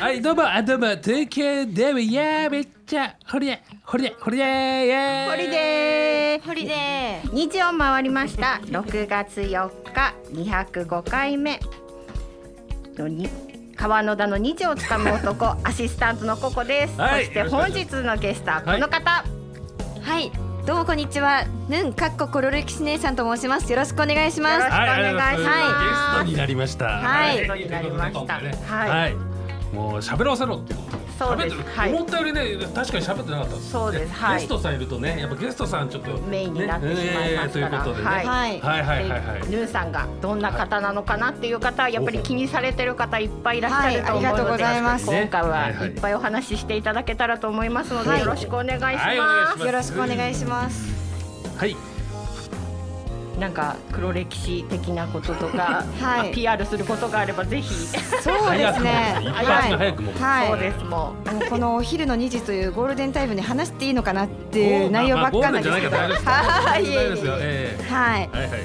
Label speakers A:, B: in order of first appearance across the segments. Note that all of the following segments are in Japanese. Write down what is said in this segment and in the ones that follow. A: はい、どうも、あ、どうも、TK デブ、いやー、めっちゃ、ホリデー、ホリデー、ホリデー、イエーイ
B: ホリデー
C: ホリデー
B: 2時を回りました6月4日205回目のに川野田の2時をつかむ男アシスタントのココです、
A: はい
B: そして本日のゲストはこの方、
C: はいどうもこんにちはヌンかっこコロレキシ姉さんと申しますよろしくお願いしま
B: よろ
C: す
B: しく
A: はい、ありがとうございます。
B: はい
A: ゲストになりました。
C: はい
A: とうことで今回ね
B: はい
A: はい。もう喋らせろっていうことで。
B: そうです
A: 喋ってる
B: はい
A: 思ったよりね、確かに喋ってなかったんです。
B: そうですはい
A: ゲストさんいるとね、やっぱゲストさんちょっとね
B: メインになってしまい
A: ねえ
B: ますから
A: ーということでね。
B: は
A: はいい
C: はい
A: はいはいはい。
B: でヌーさんがどんな方なのかなっていう方はやっぱり気にされてる方いっぱいいらっしゃると思う
C: はいありがとう
B: の
C: ご
B: で、
C: ざいます
B: 今回
A: はいは
B: はいいっぱいお話ししていただけたらと思いますので、
A: はい
B: よろしくお願いします,、
A: はいお願いします
C: よろしくお願いします
A: はい。
B: なんか黒歴史的なこととか、
C: はい
B: まあ PR することがあればぜひ、
C: そうですね
A: 一
C: は
A: 発が
C: い
A: 早くも。
C: はい
B: そうですもう
C: もうこのお昼の2時というゴールデンタイムに話していいのかなっていう内容ばっかなんですけど、
A: まあまあ
C: は
A: 大
C: い
A: 丈夫ですよ。え
C: いえいえはい
A: えはいはい。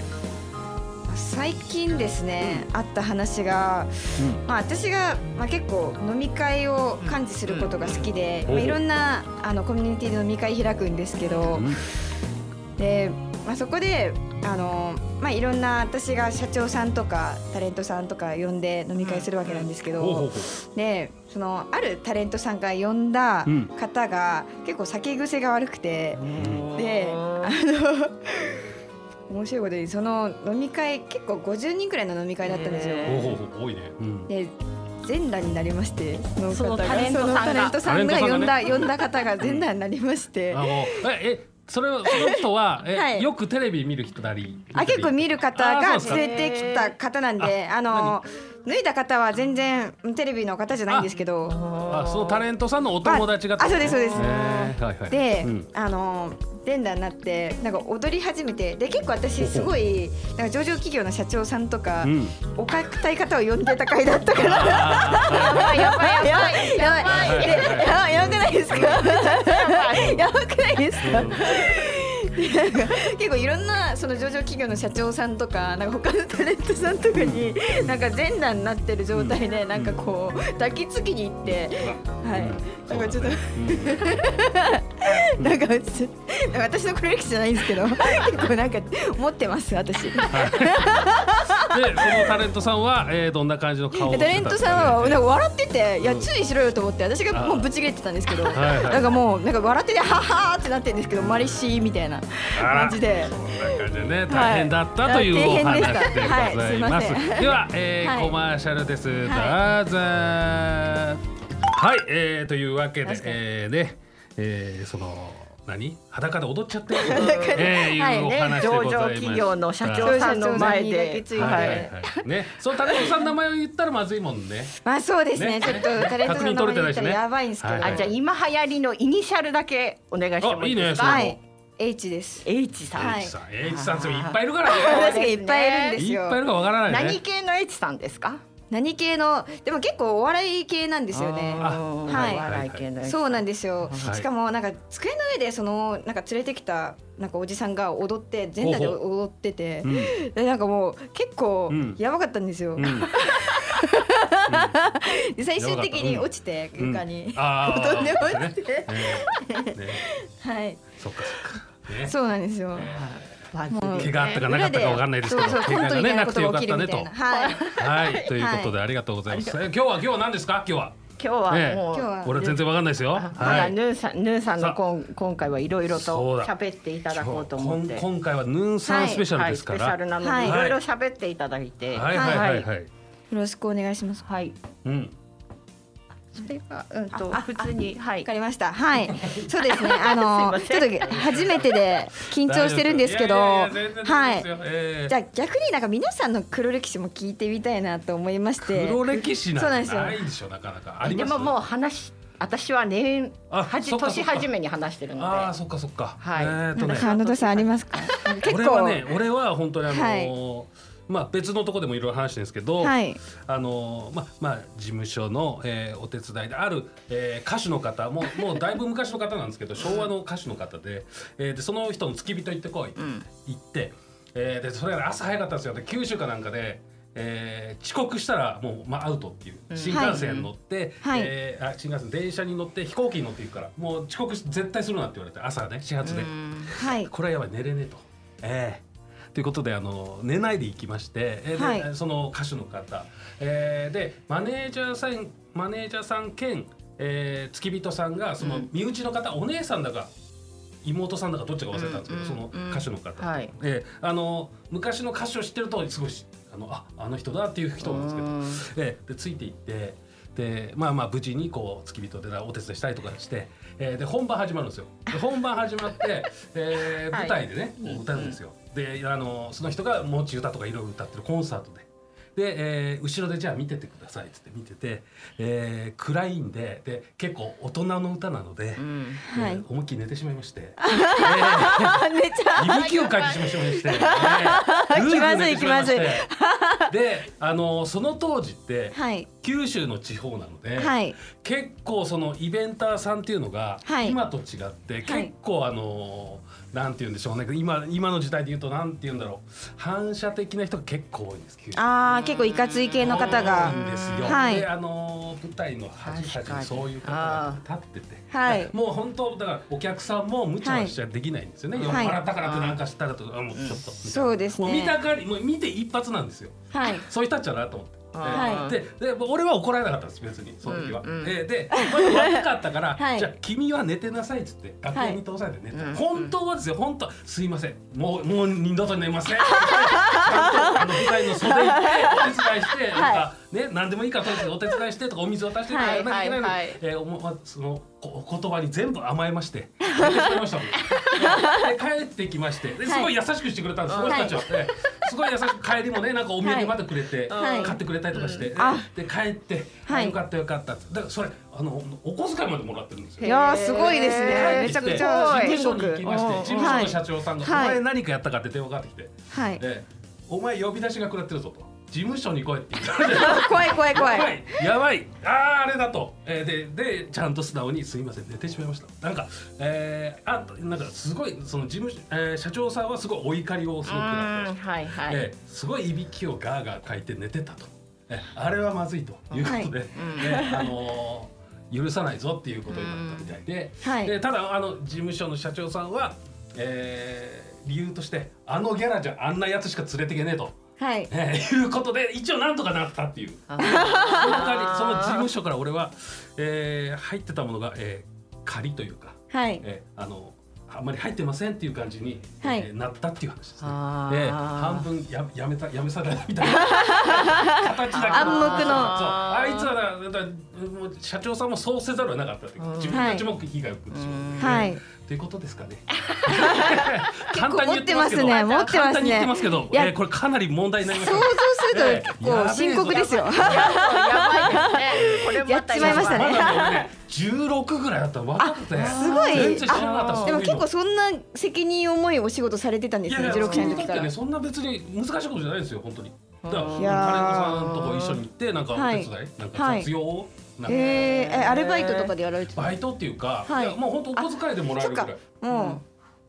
C: 最近ですね、あった話が、まあ、私が、まあ、結構飲み会を感知することが好きで、
A: うん
C: まあ、いろんなあのコミュニティで飲み会開くんですけど、でまあ、そこであの、まあ、いろんな私が社長さんとかタレントさんとか呼んで飲み会するわけなんですけど、
A: ほうほうほ
C: でそのあるタレントさんが呼んだ
A: うん
C: 方が、結構酒癖が悪くて。
A: う。
C: であの面白いことにその飲み会結構50人くらいの飲み会だったんですよ。
A: ほうほうほう多いね。うん。
C: で前裸になりましてその
B: その
C: 方が
B: タレントさんが
C: そのタレントさんが
A: タレントさんが
C: 呼んだ
A: ね
C: 呼んだ方が前裸になりまして
A: あもうええそれその人 はえ、
C: はい
A: よくテレビ見る人なり。
C: あ結構見る方
A: あ
C: が
A: そう
C: 連
A: ですか
C: れてきた方なんであの脱いだ方は全然テレビの方じゃないんですけど
A: あそのタレントさんのお友達がって
C: あ
A: こと
C: そうですそうで
A: へー
C: す
A: はいはい。
C: で、
A: うん
C: あの前裸になってなんか踊り始めてで結構私すごいなんか上場企業の社長さんとか、
A: うん
C: お堅い方を呼んでた回だったから
B: やばいやばい
C: やばいでややばくないですかやばくないですか結構いろんなその上場企業の社長さんとかなんか他のタレントさんとかになんか全裸になってる状態でなんかこう抱きつきに行ってはいなんかちょっと なんかちょなんか私の黒歴史じゃないんですけど結構なんか持ってます私
A: でそのタレントさんは、えー、どんな感じの顔をし
C: タ
A: てた
C: レ
A: ん
C: ン
A: で
C: ト
A: す
C: さん
A: か
C: は
A: ね
C: なんか笑ってていや注意しろよと思って私がもうブチ切れてたんですけど
A: はい
C: なんかもうなんか笑っててはっはーってなってるんですけどマリシーみたいな
A: あら
C: 感じで
A: そんな感じでね大変だったというお
C: 大変
A: 話で
C: でした
A: ございます,、
C: はいすいません
A: では、えー
C: はい
A: コマーシャルですどうぞはい、えー、というわけで
C: 確かに
A: えー、ね、えー、その何裸で踊っちゃって
C: で
A: えー、いうお
C: はい
A: 話でございま
B: 上
A: した、
B: 場企業の社
C: は
B: 長
C: い
B: さんの前で、
C: 上場社長さんに抱きついて
A: はいは
B: はい
A: いはいね、そのタレントさんの名前を言ったらまずいもんね。
C: まあそうですね
A: ね
C: ちょっ とタレントさんの名前言ったらやばいんですけど、
A: はい
B: あじゃあ今流行りのイニシャルだけお願いしてもいいですか
A: あ
C: はい
A: い
C: い H です。
B: H さん、
C: は
A: エ
C: い
A: イチさん、エイチさんっていっぱいいるから
B: は
A: ね。
C: 確かにいっぱいいるんで
A: いっ
C: すよ。
A: ぱいいるからわからない
B: 何
A: ね。
B: 系の H さんですか
C: 何系のでも結構お笑い系なんですよね。
A: あ
C: はい
B: お笑い系の H さん
C: そうなんですよ、
A: はい
C: しかもなんか机の上でそのなんか連れてきたなんかおじさんが踊って全裸で
A: ほう
C: 踊ってて、
A: うん
C: でなんかもう結構
A: うん
C: やばかったんですよ、
A: うんやばかったうん
C: で最終的に落ちて
A: うん
C: 床に、
A: あー
C: 踊んで落ちて、
A: ねね
C: はい
A: そっかそっか。ね
C: そうなんですよ、
B: まず
C: もう
A: 怪我あったかなかったかわかんないですけど、
C: そうそ
A: 怪
C: うコント
A: 我が
C: みた
A: ね
C: い
A: な
C: な
A: く
C: こ
A: て
C: と
A: よ
C: が
A: かっ
C: 起き
A: たね
C: るみたい
A: と
C: な。。はい。
A: はい、ということでありがとうございます。え今日は今日は何ですか？今日は。
B: 今日はもう、
A: ね
C: 今日は
A: 俺全然わかんないですよ。
B: あま
A: は
B: だ
A: い。
B: ヌーさんヌーさん
A: さあ
B: のこん今回はいろいろ
A: そう
B: と
A: だ
B: 喋っていただこうと
A: こ
B: 思っ
A: ん
B: て。
A: 今回はヌーンさんスペシャル
B: は
A: で
B: い、
A: す
B: ス
A: か
B: ペシ
A: ら。
B: ャルなの
C: は
B: で
C: い
B: いろいろ喋っていただいて、
A: はいはいはいはい。
C: よろしくお願いします。わ
B: はい、
A: うん。
B: それがうんと
C: ああ
B: 普通にはい
C: かりました。はい。そう ですね。あの、
B: す
C: ち
B: い
C: ょ
B: ませ
C: っと初めてで緊張してるんですけど。
A: いやいやいや全然
C: は
A: 大
C: い
A: 丈。夫ですよえー
C: じゃあ逆になんか皆さんの黒歴史も聞いてみたいなと思いまして。
A: 黒歴史
C: そうな
A: なん
C: ん
A: て
C: ですよ
A: ないでしょなかなかあり
B: で
A: ます
B: ももう話私は年
A: あ
B: はじ
A: そっかそ
B: 年
A: っか
B: 初めに話してるので
A: ああそっかそっか
B: はい
A: えーっとね
C: カーノドさんありますか。結
A: 俺
C: 構。
A: はね俺は本当にあのーまあ別のとこでもいろいろ話してるんですけど、
C: はい。
A: あのーまあまあ事務所の、えーお手伝いである、えー歌手の方もうもうだいぶ昔の方なんですけど昭和の歌手の方で,、えーでその人の付き人行ってこい、行って、えーでそれが朝早かったんですよで九州かなんかでえー遅刻したらもう、まあ、アウトっていう、
B: うん
A: 新幹線に乗って、
C: はい
A: えーあ新幹線電車に乗って飛行機に乗っていくからもう遅刻し絶対するなって言われて朝ね始発で、
B: うん
C: はい
A: これはやばい寝れねえと。ええということであの寝ないで行きまして、えーで
C: はい
A: その歌手の方、えーでマネージャーさんマネージャーさん兼、えー、付き人さんがその
B: うん
A: 身内の方、お姉さんだか妹さんだかどっちか忘れたんですけど、
B: うん
A: その
B: うん
A: 歌手の方、
B: はい
A: えーあの昔の歌手を知ってるとすごいしあのああの人だっていう人なんですけど、えーでついていってでまあまあ無事にこう付き人でお手伝いしたりとかして、えーで本番始まるんですよで本番始まって、えー
B: はい
A: 舞台でね、こう歌うんですよ、であのその人が持ち歌とかいろいろ歌ってるコンサートで。で、えー後ろでじゃあ見ててくださいっつって見てて、えー暗いんでで結構大人の歌なので、
B: うん
C: はい
A: えー思いっきり寝てしまいま して、
C: あ寝ちゃう
A: いぶきをかいてしまいまして、 ね
C: 気まずい気まずい
A: ぐーぐー寝てしまいましてであのその当時って
C: はい
A: 九州の地方なので、
C: はい
A: 結構そのイベンターさんっていうのが
C: はい
A: 今と違って結構あのなんて言うんでしょうね今今の時代で言うとなんて言うんだろう反射的な人が結構多いんです九州
C: ああ結構いかつい系の方
A: 多
C: が
A: いんですよ、
C: はい
A: であの舞台の端
B: 確か
A: 々に
B: に
A: そういう方が立ってて。
C: はい
A: もう本当だからお客さんも無茶はしちゃできないんですよね、
B: はい
A: 酔っ払ったからってなんかしたらとか、あもうちょっとみたいな
C: そうですね
A: もう見たかりもう見て一発なんですよ
C: はい
A: そういう人たちだなと思って。
B: はい
A: でで俺は怒られなかったんです別にその時は。
B: うんうん
A: でで俺は悪かった から、
C: はい
A: じゃあ君は寝てなさいっつって学校に通されて寝て、
B: はい
A: 本当はですよ本当はすいませんもうもう二度と寝ません ちゃんとあの舞台の袖行ってお手伝いして、なんかね何でもいいからとりあえずお手伝いしてとかお水渡してとかやらなきゃいけないのに、
B: はいはいはい
A: えーおもまそのこお言葉に全部甘えまして寝てしまいました もんで帰ってきましてですごい優しくしてくれたんです、
B: はい
A: その人たちは、えーすごい優しく帰りもねなんかお土産までくれて、
C: はい
A: 買ってくれたりとかして、
C: んあ
A: で帰って、
C: は
A: あ
C: い
A: よかったよかったってだからそれあのお小遣いまでもらってるんです
C: い
A: よ。
C: やーすごいです
B: へ
C: ね
B: ー
C: めちゃくちゃ
A: 帰ってきて
C: 天
A: 事務所に行き
C: 国
A: まして
B: うん
A: 事務所の社長さんが「
C: はい
A: お前何かやったか?」って電話がかかってきて
C: はい
A: で「お前呼び出しが食らってるぞ」と「事務所に来い」って言われて。
C: 怖い怖い怖
A: やば
C: い
A: いやばいあーあれだと、えーででちゃんと素直に「すいません寝てしまいました」なんか、えー、あなんかすごいその事務所、えー社長さんはすごいお怒りをすごくなって
B: うんはいはい、
A: えーすごいいびきをガーガーかいて寝てたと、えーあれはまずいということで、
C: はい
A: ねあのー許さないぞっていうことになったみたいで,、
C: はい
A: でただあの事務所の社長さんは、えー理由としてあのギャラじゃあんなやつしか連れてけねえと、
C: はい
A: えーいうことで一応なんとかなったっていう
B: あ
A: その代わりその事務
B: 所
A: 所から俺は、えー入ってたものが、えー仮というか、
C: はい
A: えーあのあんまり入ってませんっていう感じに、
C: はい
A: えーなったっていう話ですね。
B: あ
A: え
B: ー
A: ー半分ややめたやめされたみた いな形だから
C: 暗黙
A: そう
C: の
A: あいつはだだだもう社長さんもそうせざるを得なかったっていう
B: うん
A: 自分たちも被害を受けてしまう、
B: うん
C: はい
A: っていうことです かね
C: 結
A: 簡
C: 構
A: 単に言
C: 持っ
A: ってて
C: ま
A: ますすけど
C: ね持ってま
A: 簡
C: す
A: 単に言って
C: ね
A: ますけど、
C: いや
A: えーこれかなり問題に なりました
C: 想像すると結構深刻ですよ
B: これもまやばい
C: やっちまいましたね
A: まだね俺ね16ぐらいだったら若くて
C: すごい
A: 全然知らなかった
B: あ
A: そう い
C: で
A: う
C: も
A: の
C: 結構そんな責任重いお仕事されてたんで
A: い
C: す
A: やい
C: ね
A: や
C: 16歳の時か
A: だって
C: ら
A: ねそんな別に難しいことじゃないですよ本当にだからタ
B: うん
A: レントさんとこ一緒に行ってなんかお手伝い、なんか
C: はい
A: 卒業をなんか、
C: えーえアルバイトとかでやられてた
A: バイトっていうか、
C: はい
A: いやもう本当お小遣いでもらえ
C: そ
A: る
C: っ
A: ぐら
C: か
A: い
C: も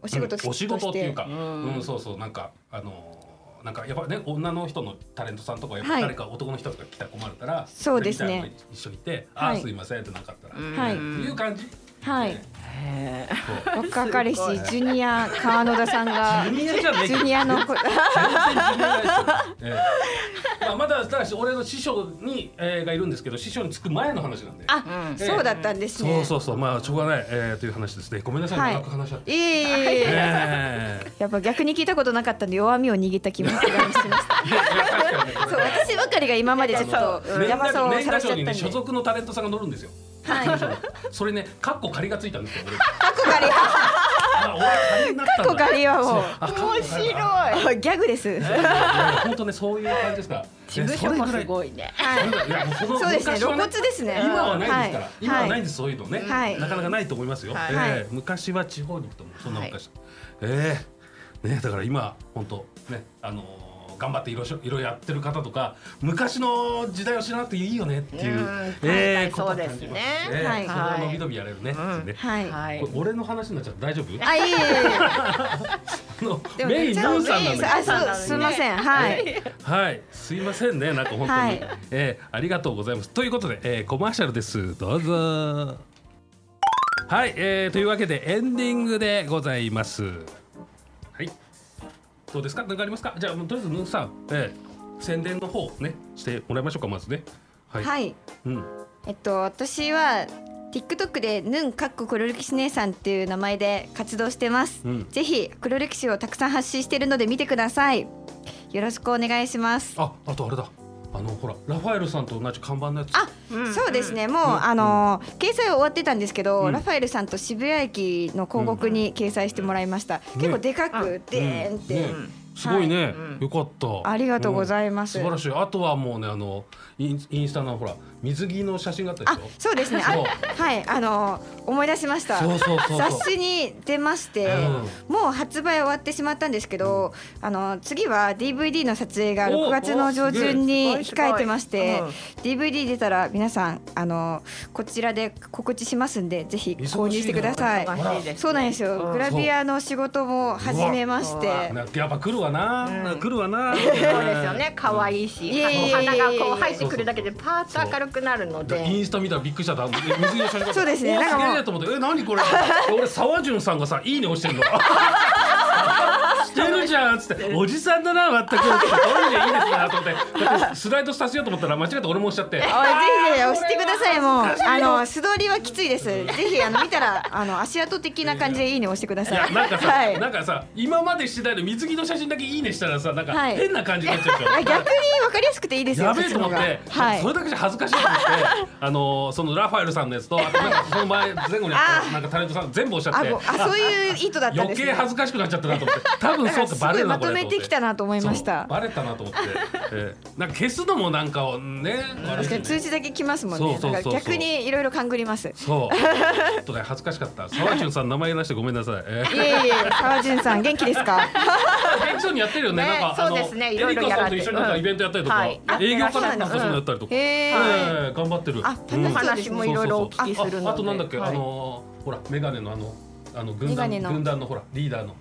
C: うお仕事
A: うんお仕事っていうか、う
B: うんん
A: そうそうなんかあのーなんかやっぱね女の人のタレントさんとかやっぱ
C: はい
A: 誰か男の人とか来たら困るから、
C: そうですね
A: みたいなの一緒にいて「あ
C: は
A: あ
C: い
A: すいません」ってなかったら、
B: うん
C: はい
A: っていう感じ、
C: はい
A: ね
B: へー
A: そう
C: 若かりしジュニア川野田さんが
A: ジュニアじゃねえ
C: ジュニアのこ
A: ええまあまだただし俺の師匠に、えーがいるんですけど師匠につく前の話なんで。
C: あ
B: うん
C: そうだったんです
A: そ
C: ね
A: うそうそうまあしょうがない、えー、という話ですねごめんなさい、
C: はい
A: 長く話しちゃって。
C: いえいえいえ
A: ええ
C: やっぱ逆に聞いたことなかったんで弱みを握った気持ちがしました
A: いやいや確かにねこれ
C: そう私ばかりが今までちょっと
A: 年
C: ヤバさを
A: 賀年
C: さら
A: 賀
C: しち
A: 状
C: ゃったん
A: に
C: で
A: ね所属のタレントさんが乗るんですよ。
C: はい
A: 事務所のそれね、カッコ仮がついたんですよ。俺
C: 過去狩り
A: あ、俺仮になったんだ。
C: 過去狩りはもう
A: そうあ
B: 面
A: カッコ仮だ
B: 白い
C: あギャグです
A: いやいやいや本当ねそういう感じですから。
B: 事務所もす
A: い。
B: ごいね
A: それぐらいいやもうその
C: そうで
A: 昔
C: すね
A: は
C: 露骨ですね
A: 今はないですから、
C: はい
A: 今はないんです、そういうのね、
C: はい
A: なかなかないと思いますよ、
B: はい
A: え
C: はい
A: え昔は地方に行くともそんな昔、ええねだから今本当ねあのー頑張っていろいろいろやってる方とか昔の時代を知らなくていいよねっていう、
B: うんはいはい
A: こと
B: そうです
A: を
B: ね
A: 感じますね
C: はい
A: それは伸び伸びやれるね、
B: うん
A: ですね
C: はい。
B: はい
A: これ俺の話になっちゃって大丈夫
C: あいえいえい
A: あの
C: え。でも
A: メイン
C: め
A: ム
C: っちゃ
A: ーさんなんだけど
C: あそうすみませんはい。
A: はい、すいませんね、なんか本当に、
C: はい
A: えーありがとうございます。ということで、えーコマーシャルです。どうぞ。はい、えーというわけでエンディングでございます。はい。どうですか、何かありますか。じゃあ、もうとりあえずムーさん、えー宣伝の方ね、してもらいましょうか、まずね。はい。
C: はい。
A: うん。
C: えっと私は TikTok でヌンかっこ黒歴史姉さんっていう名前で活動してます。
A: うん
C: ぜひ黒歴史をたくさん発信しているので見てください。よろしくお願いします。
A: あ、あとあれだ。あの、ほら、ラファエルさんと同じ看板のやつ。
C: あ、
B: うん
C: そうですね。もう、あのー掲載は終わってたんですけど、
A: うん
C: ラファエルさんと渋谷駅の広告に掲載してもらいました。結構でかく、でーんって、
A: ねすごいね、
B: うん
A: よかった。
C: ありがとうござい
A: うん
C: ます。
A: 素晴らしい。あとはもうねあのインインスタのほら水着の写真があったでし
C: あ
A: ょ。、
C: そうですね。あ
A: そう
C: はい、あのー思い出しました。
A: そうそうそうそう
C: 雑誌に出まして、もう発売終わってしまったんですけど、あの次は DVD の撮影が
A: お
C: 6月の上旬に
B: おすげえ
C: 控えてまして、
B: す
C: DVD 出たら皆さんあのこちらで告知しますんで、ぜひ購入してください。
A: 忙しいな
B: 忙しいですね
C: そうなんですよ、
B: うん
C: グラビアの仕事も始めまし
B: うわ
C: て
A: なんかやっぱ来るわな、
B: うん
A: 来るわ な。
B: そうですよね可愛いし、
C: いえいえいえいえ
B: お花がこう入ってくるだけでパーッと明るくなるの
A: でイ
B: で
A: ンスタ見たらびっくりしちゃった。水着の写真が。
C: そうですね
A: お
C: なん
A: す
C: か
A: げ
C: もう
A: えと思って、え、何 これ。俺沢潤さんがさ、いいね押してるの。してるじゃんっつって、おじさんだな、まったく。そういう意味でいいですなと思って、だってスライドさせようと思ったら、間違って俺も押しちゃって。
C: あぜひぜひ押してくださいもうあの素通りはきついですぜひあの見たらあの足跡的な感じでいいね押してくだ
A: い
C: さ
A: や
C: い
A: なんかさ、
C: はい
A: なんかさ今までしてないの水着の写真だけいいねしたらさなんか
C: はい
A: 変な感じになっちゃうでしょ、
C: あ 逆に分かりやすくていいですよ
A: やべえと思っ
C: そっち
A: て、
C: の方がはい
A: それだけじゃ恥ずかしいと思ってあのーそのラファエルさんのやつとあとなんかその前前後にあっ
C: あ
A: たなんかタレントさん全部おっしゃっ
C: あ
A: て
C: ごあそういう意図だったん
A: 余
C: です、ね、
A: 計恥ずかしくなっちゃったなと思って多分そうってバレるな
C: なん
A: こ
C: かす
A: れ
C: ごいまとめてきたなと思いまし
A: そう
C: た
A: バレたなと思って、えーなんか消すのもなんかね悪いし
C: 確か
A: ね
C: に通知だけ来ますもん
A: そうそ
C: ね
A: うそうそう
C: だから逆にいろいろ勘ぐりますい
A: そうちょっとね恥ずかしかった沢淳さん名前出してごめんなさい、えー
C: えいえ沢淳さん元気ですか
A: 元気そうにやってるよね。
B: ね
A: なんか、あの、
B: そうですね
A: エ
B: い
A: リ
B: ろいろ
A: カ
B: や
A: さ
B: ら
A: ん
B: れ
A: と一
B: て
A: 緒になんかイベントやったりとか、
B: はいあ
A: 営業かなんかそういうのやったりとか。
C: へ
A: え
C: え
A: え頑張ってる。
C: あ楽しそう
A: う
B: お
A: ん
B: 話もいろいろお聞きするので
A: ああとなんだっけ、
B: はい
A: あのーほらメガネのあのあの軍
C: メガ
A: 団
C: ネの
A: 軍団のほらリーダーの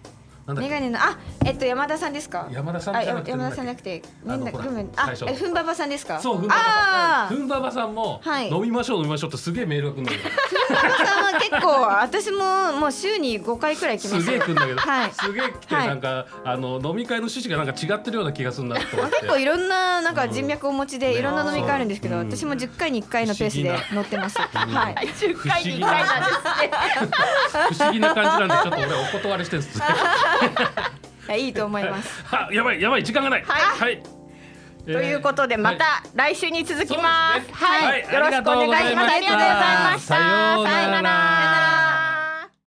A: なんだっ
C: メ
A: け
C: ガネのあえっと山田さんですか
A: 山田さん
C: あ
A: じゃな
C: や
A: くて
C: 山田さんじゃなく
A: て
C: てみん
A: あの
C: な
A: ほら
C: ごめんあ
A: 最初
C: えふんばばさんですか
A: そうふんばば
C: あ
A: さん
C: ー
A: ふんばばさんも、
C: はい
A: 飲みましょう飲みましょうってすげえメールが来るんだけど
C: ふんばばさんは結構私ももう週に五回くらい来ますす
A: げえ来るんだけど、
C: はい
A: すげえ来て
C: はい
A: なんか、あの飲み会の趣旨がなんか違ってるような気がするなと思って
C: 結構いろんななんか人脈をお持ち
A: うん
C: でいろんな飲み会あるんですけど、
A: ねうん
C: 私も10回に1回のペース
A: 不
C: で
A: 思議
C: 乗ってます。
A: ん
C: はい。
B: 10回に1回なんですね
A: 不思議な感じなんでちょっと俺お断りしてるんですね
C: いやいいと思います。
A: あ、やばい、やばい、時間がない。
B: はい
A: はい。
B: ということでま
A: は
B: た来週に続
A: い
B: きま
A: そう
B: す。
A: ですね
B: はい、よろしくお
A: ありがとう
B: 願いします。ありがと
A: ご
B: うご
A: ざ
B: ざ
A: い
B: い
A: ま
B: ま
A: し
B: した
A: さ
B: た。
A: ようなら